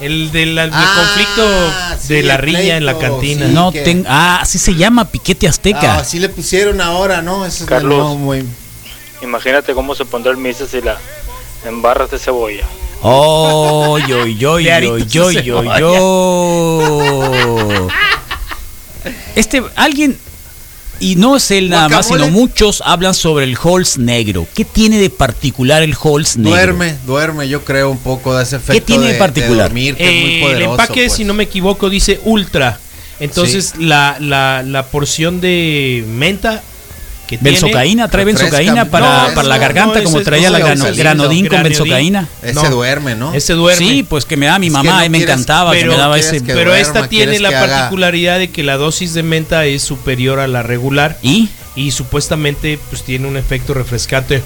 Speaker 4: El del el
Speaker 3: Ah,
Speaker 4: conflicto
Speaker 3: sí,
Speaker 4: de la
Speaker 3: el
Speaker 4: riña en la
Speaker 3: pleito,
Speaker 4: cantina.
Speaker 3: sí.
Speaker 2: No
Speaker 3: que-
Speaker 2: ten- Ah, así se llama piquete azteca.
Speaker 3: Ah, así le pusieron ahora, ¿no? Eso es
Speaker 6: Carlos.
Speaker 3: no, muy.
Speaker 6: Imagínate cómo se pondrá el misa si la embarras de cebolla.
Speaker 2: Oh, yo, yo,
Speaker 4: De
Speaker 2: yo,
Speaker 4: aritos
Speaker 2: yo,
Speaker 4: y
Speaker 2: yo,
Speaker 4: cebolla.
Speaker 2: yo. Este, alguien, y no es él nada más, sino
Speaker 3: Guacamole.
Speaker 2: muchos hablan sobre el Halls negro. ¿Qué tiene de particular el Halls negro?
Speaker 3: Duerme, duerme, yo creo un poco de ese efecto.
Speaker 2: tiene de
Speaker 3: de
Speaker 2: particular?
Speaker 3: dormir, que es muy
Speaker 4: Eh, el
Speaker 3: poderoso,
Speaker 4: empaque,
Speaker 3: pues.
Speaker 4: si no me equivoco, dice ultra. Entonces, la, la, la porción de menta que
Speaker 2: Benzocaína, trae
Speaker 3: Refresca-
Speaker 2: benzocaína para,
Speaker 3: No,
Speaker 2: para la
Speaker 3: no,
Speaker 2: garganta,
Speaker 4: no,
Speaker 2: como
Speaker 4: ese-
Speaker 2: traía
Speaker 3: no,
Speaker 2: la
Speaker 3: ese
Speaker 2: grano-
Speaker 3: es lindo.
Speaker 2: granodín con
Speaker 4: Granodín.
Speaker 2: benzocaína.
Speaker 3: Ese
Speaker 4: No.
Speaker 3: duerme, ¿no?
Speaker 4: Ese duerme.
Speaker 2: Sí, pues que me da mi
Speaker 3: Es que
Speaker 2: mamá,
Speaker 3: no
Speaker 2: y me
Speaker 3: quieres-
Speaker 2: encantaba que
Speaker 4: pero
Speaker 2: me daba
Speaker 3: quieres
Speaker 2: ese.
Speaker 3: que
Speaker 4: Pero
Speaker 3: duerma,
Speaker 4: esta tiene
Speaker 3: quieres
Speaker 4: la
Speaker 3: que haga-
Speaker 4: particularidad de que la dosis de menta es superior a la regular
Speaker 2: ¿Y?
Speaker 4: y supuestamente pues tiene un efecto refrescante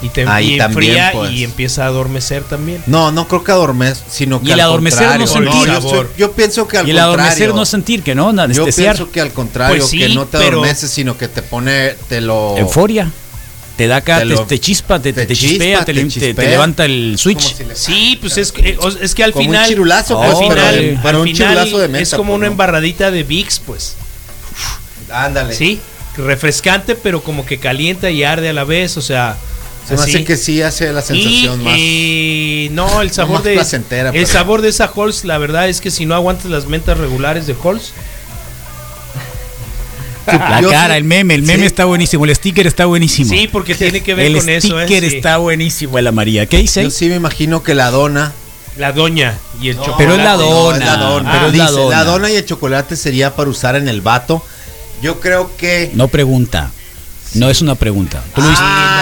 Speaker 4: Y, te,
Speaker 3: Ahí
Speaker 4: y
Speaker 3: también,
Speaker 4: enfría
Speaker 3: pues.
Speaker 4: y empieza a adormecer también.
Speaker 3: No, no creo que adormez, sino que
Speaker 2: Y el
Speaker 3: al
Speaker 2: adormecer
Speaker 3: contrario.
Speaker 2: no sentir.
Speaker 3: yo, estoy- yo pienso que al
Speaker 2: Y el
Speaker 3: contrario.
Speaker 2: adormecer no es sentir que no,
Speaker 3: yo
Speaker 2: anestesiar.
Speaker 3: pienso que al contrario,
Speaker 4: Pues sí,
Speaker 3: que no te
Speaker 4: pero-
Speaker 3: adormeces, sino que te pone, te lo...
Speaker 2: Euforia. Te da acá,
Speaker 3: Oh.
Speaker 2: te,
Speaker 3: Te lo-
Speaker 2: te chispa, te,
Speaker 3: te
Speaker 2: te chispea,
Speaker 3: chispa,
Speaker 2: te,
Speaker 3: te
Speaker 2: lim- te- te
Speaker 3: chispea.
Speaker 2: levanta el
Speaker 3: como
Speaker 2: switch.
Speaker 3: si le-
Speaker 4: Sí, pues es, que- eh, o- es que al
Speaker 3: Como un
Speaker 4: final.
Speaker 3: chirulazo,
Speaker 2: pues,
Speaker 4: al
Speaker 2: pero
Speaker 4: final,
Speaker 2: de-
Speaker 3: pero
Speaker 4: al
Speaker 3: un
Speaker 4: final
Speaker 3: chirulazo de
Speaker 4: Es
Speaker 3: menta,
Speaker 4: como
Speaker 3: pues,
Speaker 4: una
Speaker 3: ¿no?
Speaker 4: embarradita de VIX, pues.
Speaker 3: Ándale.
Speaker 4: Sí, refrescante, pero como que calienta y arde a la vez, o sea.
Speaker 3: Se me
Speaker 4: así.
Speaker 3: hace que sí hace la sensación
Speaker 4: y,
Speaker 3: más.
Speaker 4: eh, no, el sabor
Speaker 3: más
Speaker 4: de
Speaker 3: placentera, pues.
Speaker 4: el
Speaker 3: pero-
Speaker 4: sabor de esa Halls, la verdad es que si no aguantas las mentas regulares de Halls,
Speaker 2: La
Speaker 3: Yo
Speaker 2: cara,
Speaker 3: sí-
Speaker 2: el meme, el meme
Speaker 3: sí.
Speaker 2: está buenísimo, el sticker está buenísimo.
Speaker 4: sí, porque tiene que ver
Speaker 2: el
Speaker 4: con eso, eh,
Speaker 2: sticker
Speaker 4: sí.
Speaker 2: está buenísimo, la María. ¿Qué dice?
Speaker 3: Yo sí me imagino que la dona.
Speaker 4: la doña y el
Speaker 3: No,
Speaker 4: chocolate.
Speaker 2: pero es la
Speaker 3: no,
Speaker 2: dona,
Speaker 3: es la dona.
Speaker 4: Ah,
Speaker 2: pero es
Speaker 3: Dice,
Speaker 2: la dona.
Speaker 3: y el chocolate sería para usar en el vato. Yo creo que.
Speaker 2: No pregunta. No es una pregunta. Tú lo,
Speaker 3: Ah,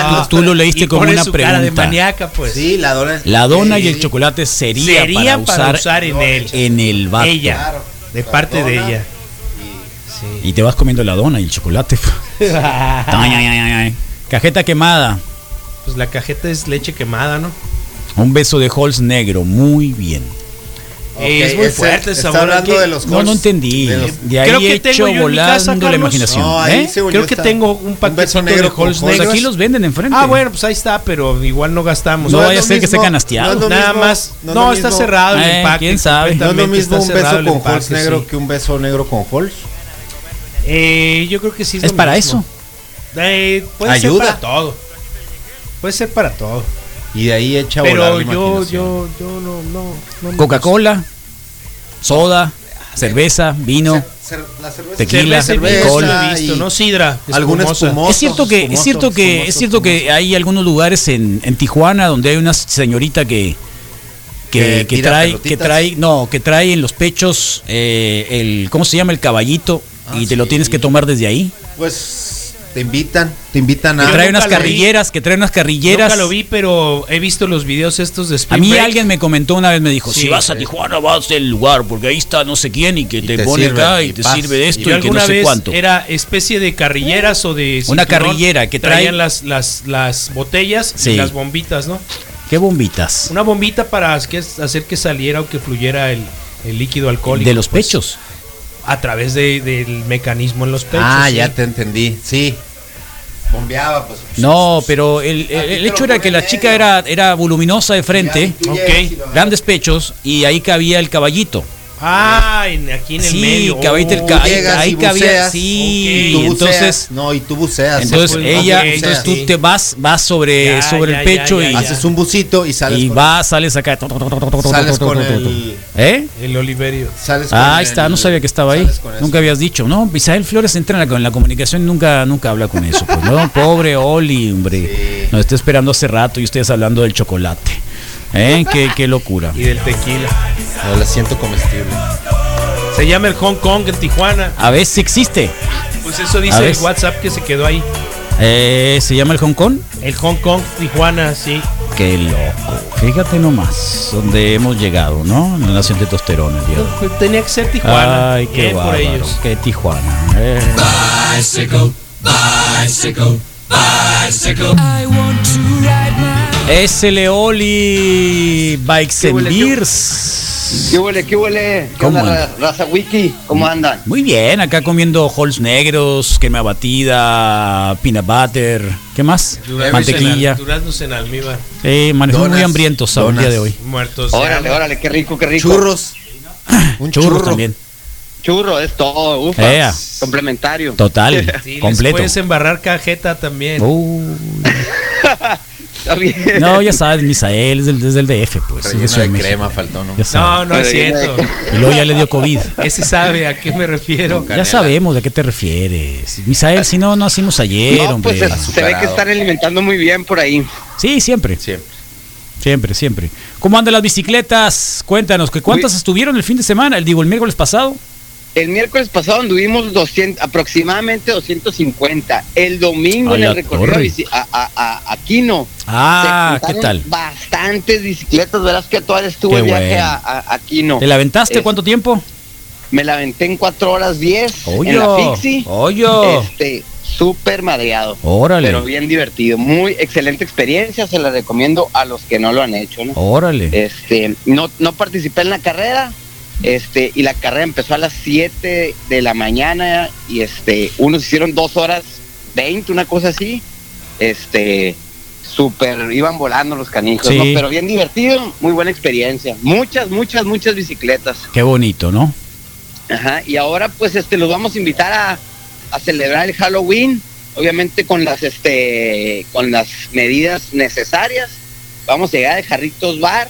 Speaker 2: hiciste-
Speaker 3: no,
Speaker 2: tú- tú lo leíste
Speaker 4: Y
Speaker 2: como
Speaker 4: pone
Speaker 2: una
Speaker 4: su cara de
Speaker 2: pregunta.
Speaker 4: maníaca, pues.
Speaker 3: Sí, la dona. es-
Speaker 2: La dona y
Speaker 3: sí,
Speaker 2: el chocolate sería,
Speaker 4: Sería
Speaker 2: para, usar
Speaker 4: en él.
Speaker 2: en el vato.
Speaker 4: Ella.
Speaker 3: Claro.
Speaker 4: De
Speaker 3: La
Speaker 4: parte de
Speaker 3: dona
Speaker 4: ella.
Speaker 2: Y te vas comiendo la dona y el chocolate. Ay, ay, ay, ay. Cajeta quemada.
Speaker 4: Pues la cajeta es leche quemada, ¿no?
Speaker 2: Un beso de Halls negro. Muy bien.
Speaker 3: Ok,
Speaker 4: es muy
Speaker 3: ese-
Speaker 4: fuerte el
Speaker 3: está
Speaker 4: sabor.
Speaker 3: hablando
Speaker 4: aquí.
Speaker 3: de los
Speaker 2: No, no
Speaker 3: Halls,
Speaker 2: entendí.
Speaker 3: de
Speaker 2: De,
Speaker 3: los-
Speaker 2: ahí
Speaker 4: Creo que
Speaker 2: hecho
Speaker 4: tengo yo en mi
Speaker 2: volando
Speaker 4: casa,
Speaker 2: la
Speaker 4: Carlos.
Speaker 2: imaginación.
Speaker 3: No, ahí
Speaker 2: ¿eh?
Speaker 3: según
Speaker 4: Creo
Speaker 3: yo
Speaker 4: que
Speaker 3: está-
Speaker 4: tengo un paquetito
Speaker 3: beso
Speaker 4: de
Speaker 3: negro con
Speaker 4: Halls
Speaker 3: Halls.
Speaker 2: Pues
Speaker 4: negros.
Speaker 2: aquí los venden enfrente.
Speaker 4: Ah, bueno, pues ahí está, pero igual no gastamos.
Speaker 2: No
Speaker 4: ¿no?
Speaker 2: vaya a
Speaker 3: lo
Speaker 2: ser que esté
Speaker 3: mismo,
Speaker 2: canasteado.
Speaker 3: es lo
Speaker 4: Nada
Speaker 3: mismo,
Speaker 4: más. No,
Speaker 3: es lo
Speaker 4: está
Speaker 3: mismo-
Speaker 4: cerrado el
Speaker 2: Eh,
Speaker 4: empaque.
Speaker 2: quién sabe.
Speaker 3: No es lo
Speaker 4: completamente,
Speaker 3: mismo
Speaker 4: está
Speaker 3: un
Speaker 4: cerrado
Speaker 3: beso
Speaker 4: el
Speaker 3: con
Speaker 4: empaque,
Speaker 3: Halls negro
Speaker 4: sí.
Speaker 3: que un beso negro con Halls.
Speaker 4: Eh, yo creo que sí.
Speaker 2: Es
Speaker 4: lo
Speaker 2: para
Speaker 4: mismo. Eh, puede
Speaker 3: Ayuda.
Speaker 4: ser para todo. Puede ser para todo.
Speaker 3: Y de ahí echa a
Speaker 4: pero
Speaker 3: volar la
Speaker 4: yo,
Speaker 3: imaginación.
Speaker 4: yo, yo no, no, no-
Speaker 2: Coca-Cola, soda, cerveza, vino.
Speaker 3: Cer- cer- la cerveza.
Speaker 2: Tequila,
Speaker 4: cerveza,
Speaker 2: alcohol.
Speaker 4: he visto,
Speaker 3: y-
Speaker 4: ¿no? Sidra.
Speaker 3: Alguna
Speaker 4: espumosa.
Speaker 3: espumosa.
Speaker 2: Es cierto que, es
Speaker 3: espumoso,
Speaker 2: cierto que, es
Speaker 3: espumoso,
Speaker 2: cierto que hay algunos lugares en, en Tijuana donde hay una señorita que que,
Speaker 3: Que
Speaker 2: que
Speaker 3: tira
Speaker 2: trae,
Speaker 3: pelotitas.
Speaker 2: que trae, no, que trae en los pechos eh, el, ¿cómo se llama? El caballito
Speaker 3: Ah,
Speaker 2: y te lo
Speaker 3: sí.
Speaker 2: tienes que tomar desde ahí.
Speaker 3: Pues te invitan, te invitan
Speaker 2: Que
Speaker 3: a.
Speaker 4: Yo
Speaker 2: trae
Speaker 4: nunca
Speaker 2: unas
Speaker 4: lo vi.
Speaker 2: carrilleras, que trae unas carrilleras.
Speaker 4: Nunca lo vi, pero he visto los videos estos
Speaker 2: A
Speaker 4: de Spring
Speaker 2: mí
Speaker 4: Break.
Speaker 2: alguien me comentó una vez, me dijo,
Speaker 4: Sí,
Speaker 2: si vas a
Speaker 4: sí.
Speaker 2: Tijuana vas al lugar, porque ahí está no sé quién y que te,
Speaker 3: te
Speaker 2: pone
Speaker 3: sirve,
Speaker 2: acá y,
Speaker 3: y
Speaker 2: te
Speaker 3: paz.
Speaker 2: sirve
Speaker 3: Y
Speaker 2: de esto
Speaker 4: Yo
Speaker 2: y que
Speaker 4: alguna
Speaker 2: no sé
Speaker 4: vez
Speaker 2: cuánto.
Speaker 4: era especie de carrilleras o de
Speaker 2: Una
Speaker 4: cinturón.
Speaker 2: carrillera que trae-
Speaker 4: traían las las las botellas
Speaker 2: Sí.
Speaker 4: y las bombitas, ¿no?
Speaker 2: Qué bombitas.
Speaker 4: Una bombita para que, hacer que saliera o que fluyera el, el líquido alcohólico
Speaker 2: De los
Speaker 4: pues,
Speaker 2: pechos.
Speaker 4: a través de- del mecanismo en los pechos.
Speaker 3: Ah,
Speaker 4: sí.
Speaker 3: ya te entendí. Sí. Bombeaba, pues.
Speaker 2: No, pero el, el-
Speaker 3: Aquí
Speaker 2: el
Speaker 3: te
Speaker 2: hecho era
Speaker 3: lo pone
Speaker 2: que la
Speaker 3: en
Speaker 2: chica
Speaker 3: medio.
Speaker 2: era, era voluminosa de
Speaker 3: Ya, y
Speaker 2: frente,
Speaker 3: tú
Speaker 4: Ok.
Speaker 3: llegas y lo agarras.
Speaker 2: grandes pechos, y ahí cabía el caballito.
Speaker 4: Ah, en- aquí en el
Speaker 2: Sí,
Speaker 4: medio.
Speaker 2: caballito, el
Speaker 4: Oh,
Speaker 3: Tú
Speaker 2: ca- ahí-
Speaker 3: llegas
Speaker 2: ahí
Speaker 3: y
Speaker 2: cabía-
Speaker 3: buceas.
Speaker 2: sí,
Speaker 3: Ok. Tú
Speaker 2: entonces-
Speaker 3: buceas. No, y tú buceas.
Speaker 2: Entonces
Speaker 3: Ok.
Speaker 2: ella,
Speaker 3: Ok,
Speaker 2: entonces
Speaker 3: buceas.
Speaker 2: tú te vas, vas sobre,
Speaker 4: Ya,
Speaker 2: sobre
Speaker 4: ya,
Speaker 2: el pecho
Speaker 4: ya,
Speaker 2: y,
Speaker 4: ya,
Speaker 3: Haces un bucito y sales
Speaker 2: y
Speaker 3: con-
Speaker 2: vas, sales acá.
Speaker 3: Sales con el.
Speaker 2: ¿Eh?
Speaker 4: El Oliverio.
Speaker 3: Sales con
Speaker 2: Ah, ahí
Speaker 3: el-
Speaker 2: está, no sabía que estaba ahí.
Speaker 3: sales con eso.
Speaker 2: Nunca habías dicho, ¿no? Isabel Flores entra en la, en la comunicación y nunca, nunca habla con eso. Pues, ¿no? Pobre Oli, hombre.
Speaker 3: Sí.
Speaker 2: Nos está esperando hace rato y ustedes hablando del chocolate. ¿Eh? Qué, qué locura.
Speaker 4: Y del tequila.
Speaker 3: No, la siento comestible.
Speaker 4: Se llama el Hong Kong en Tijuana.
Speaker 2: A ver si existe.
Speaker 4: Pues eso
Speaker 2: A
Speaker 4: dice
Speaker 2: ver.
Speaker 4: el WhatsApp que se quedó ahí.
Speaker 2: Eh, ¿Se llama el Hong Kong?
Speaker 4: El Hong Kong, Tijuana, sí.
Speaker 2: Qué loco. Fíjate nomás donde hemos llegado, ¿no? En la nación de Tosterona, el día de hoy.
Speaker 4: pues, Tenía que ser Tijuana.
Speaker 2: Ay, qué
Speaker 4: Bien por
Speaker 2: bárbaro.
Speaker 4: ellos.
Speaker 2: Qué Tijuana. eh. SL Oli Bikes and Beers.
Speaker 7: ¿Qué huele, qué huele? ¿Qué
Speaker 2: ¿Cómo
Speaker 7: onda,
Speaker 2: anda?
Speaker 7: ra- raza wiki? ¿Cómo andan?
Speaker 2: Muy bien, acá comiendo halls negros, quema batida, peanut butter, ¿qué más?
Speaker 4: Duraznos
Speaker 2: Mantequilla.
Speaker 4: en al- Duraznos en almíbar.
Speaker 2: Sí, manejamos muy
Speaker 3: Donas,
Speaker 2: hambrientos al
Speaker 3: donas.
Speaker 2: día de hoy.
Speaker 4: Muertos. de
Speaker 7: Órale,
Speaker 4: hambre.
Speaker 7: órale, qué rico, qué rico.
Speaker 3: Churros. Un
Speaker 2: Churros
Speaker 3: churro.
Speaker 2: también.
Speaker 7: Churro, es todo, ufa.
Speaker 2: Ea.
Speaker 7: Complementario.
Speaker 2: Total,
Speaker 4: Sí, les
Speaker 2: completo.
Speaker 4: puedes embarrar cajeta también.
Speaker 2: Uh,
Speaker 7: Está bien.
Speaker 2: no, ya sabes, Misael es del, es del DF, pues.
Speaker 3: Relleno
Speaker 2: es de Ciudad
Speaker 3: de
Speaker 2: México.
Speaker 3: crema faltó, ¿no?
Speaker 2: Ya sabes.
Speaker 4: No, no es cierto.
Speaker 2: Y luego ya le dio COVID.
Speaker 4: Ese sabe a qué me refiero.
Speaker 2: Ya sabemos de qué te refieres. Misael, si no, no hacemos ayer,
Speaker 7: No,
Speaker 2: hombre.
Speaker 7: pues se, se ve que están alimentando muy bien por ahí.
Speaker 2: Sí, siempre,
Speaker 3: Siempre.
Speaker 2: siempre, siempre. ¿Cómo andan las bicicletas? Cuéntanos, ¿que ¿cuántas estuvieron el fin de semana? El digo, el miércoles pasado.
Speaker 7: El miércoles pasado anduvimos 200, aproximadamente 250. El domingo
Speaker 2: A
Speaker 7: en
Speaker 2: la
Speaker 7: el recorrido
Speaker 2: torre.
Speaker 7: a, bici- a, a- a- a Quino.
Speaker 2: Ah,
Speaker 7: se
Speaker 2: ¿qué tal?
Speaker 7: juntaron Bastantes bicicletas, verás que todavía estuvo
Speaker 2: Qué
Speaker 7: el viaje
Speaker 2: bueno.
Speaker 7: a, a- a Quino.
Speaker 2: ¿Te la aventaste
Speaker 7: Es-
Speaker 2: cuánto tiempo?
Speaker 7: Me la aventé en 4 horas 10 en la
Speaker 2: Oyo,
Speaker 7: Pixie.
Speaker 2: oyo.
Speaker 7: Este, súper madreado.
Speaker 2: Órale.
Speaker 7: Pero bien divertido. Muy excelente experiencia. Se la recomiendo a los que no lo han hecho, ¿no?
Speaker 2: Órale.
Speaker 7: Este, no, no participé en la carrera. Este, y la carrera empezó a las 7 de la mañana y este, unos hicieron dos horas 20, una cosa así. Este, súper, iban volando los canijos,
Speaker 2: Sí.
Speaker 7: ¿no? pero bien divertido, muy buena experiencia. Muchas, muchas, muchas bicicletas.
Speaker 2: Qué bonito, ¿no?
Speaker 7: Ajá, y ahora pues este los vamos a invitar a, a celebrar el Halloween, obviamente con las este con las medidas necesarias. Vamos a llegar al Jarritos Bar,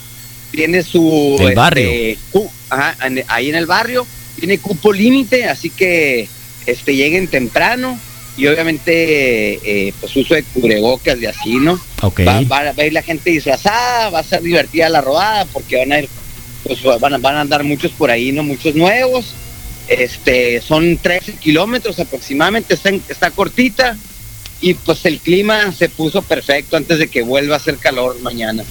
Speaker 7: tiene su
Speaker 2: El
Speaker 7: este,
Speaker 2: barrio.
Speaker 7: cu- ajá, en- ahí en el barrio, tiene cupo límite, así que este lleguen temprano y obviamente eh, pues uso de cubrebocas y así, ¿no?
Speaker 2: Ok.
Speaker 7: Va, va- va a ir la gente disfrazada, va a ser divertida la rodada porque van a ir, pues van, a- van a andar muchos por ahí, no muchos nuevos. Este, son 13 kilómetros aproximadamente, está, en- está cortita y pues el clima se puso perfecto antes de que vuelva a hacer calor mañana.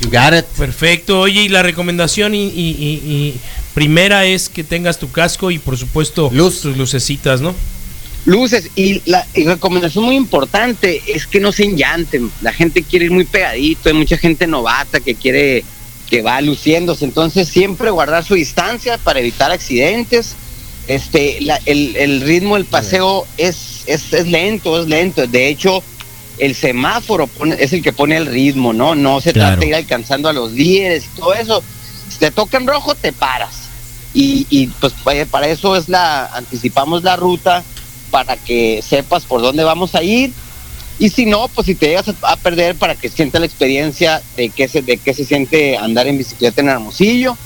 Speaker 3: You got it.
Speaker 4: Perfecto, oye, y la recomendación y, y- y- y primera es que tengas tu casco y por supuesto
Speaker 3: Luz.
Speaker 4: tus lucecitas, ¿no?
Speaker 7: Luces y la y recomendación muy importante es que no se enllanten. La gente quiere ir muy pegadito, hay mucha gente novata que quiere que va luciéndose, entonces siempre guardar su distancia para evitar accidentes. Este, la- el, el ritmo del paseo es, es, es lento, es lento. De hecho, el semáforo pone- es el que pone el ritmo, ¿no? No se
Speaker 2: Claro.
Speaker 7: trata de ir alcanzando a los líderes y todo eso. Si te toca en rojo, te paras. Y, y, pues pa- para eso es la, anticipamos la ruta, para que sepas por dónde vamos a ir. Y si no, pues si te llegas a, a perder para que sienta la experiencia de qué se, de qué se siente andar en bicicleta en Hermosillo.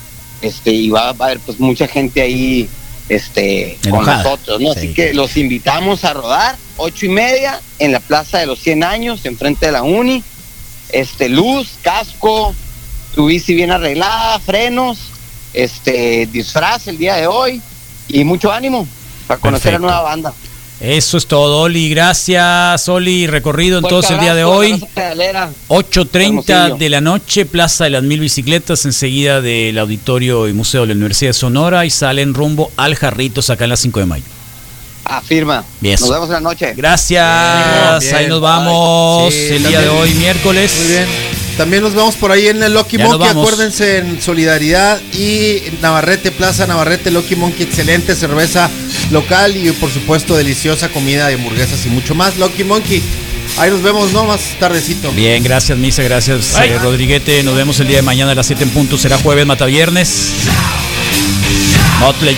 Speaker 7: Este, y va, va a haber pues mucha gente ahí este, con
Speaker 2: Enojada.
Speaker 7: nosotros, ¿no?
Speaker 2: Sí.
Speaker 7: Así que los invitamos a rodar, ocho y media, en la Plaza de los 100 Años, enfrente de la Uni. Este, luz, casco, tu bici bien arreglada, frenos, este, disfraz el día de hoy y mucho ánimo para conocer
Speaker 2: Perfecto.
Speaker 7: a nueva banda.
Speaker 2: Eso es todo, Oli. Gracias, Oli. Recorrido entonces el día de
Speaker 7: Fuerte
Speaker 2: hoy.
Speaker 7: abrazo, pedalera.
Speaker 2: 8.30
Speaker 7: Hermosillo.
Speaker 2: de la noche, Plaza de las Mil Bicicletas, enseguida del Auditorio y Museo de la Universidad de Sonora y salen rumbo al Jarritos acá en las 5 de mayo.
Speaker 7: Afirma.
Speaker 2: Bien.
Speaker 7: Nos vemos en la noche.
Speaker 2: Gracias,
Speaker 3: Bien,
Speaker 2: ahí
Speaker 3: bien.
Speaker 2: nos vamos
Speaker 3: Sí,
Speaker 2: el día de
Speaker 3: también.
Speaker 2: hoy, miércoles.
Speaker 3: Muy bien. También nos vemos por ahí en el Lucky
Speaker 2: Ya nos
Speaker 3: Monkey.
Speaker 2: vamos.
Speaker 3: Acuérdense en Solidaridad y Navarrete Plaza, Navarrete Lucky Monkey. Excelente cerveza local y por supuesto deliciosa comida de hamburguesas y mucho más. Lucky Monkey. Ahí nos vemos, ¿no? Más tardecito.
Speaker 2: Bien, gracias Misa, gracias
Speaker 4: Ay.
Speaker 2: eh, Rodriguete. Nos vemos el día de mañana a las 7 en punto. Será jueves, mata viernes. Motley.